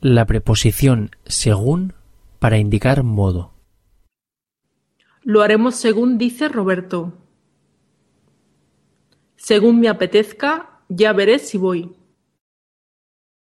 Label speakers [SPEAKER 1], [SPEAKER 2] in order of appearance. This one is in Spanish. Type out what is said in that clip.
[SPEAKER 1] la preposición "según" para indicar modo.
[SPEAKER 2] Lo haremos según dice Roberto. Según me apetezca, ya veré si voy.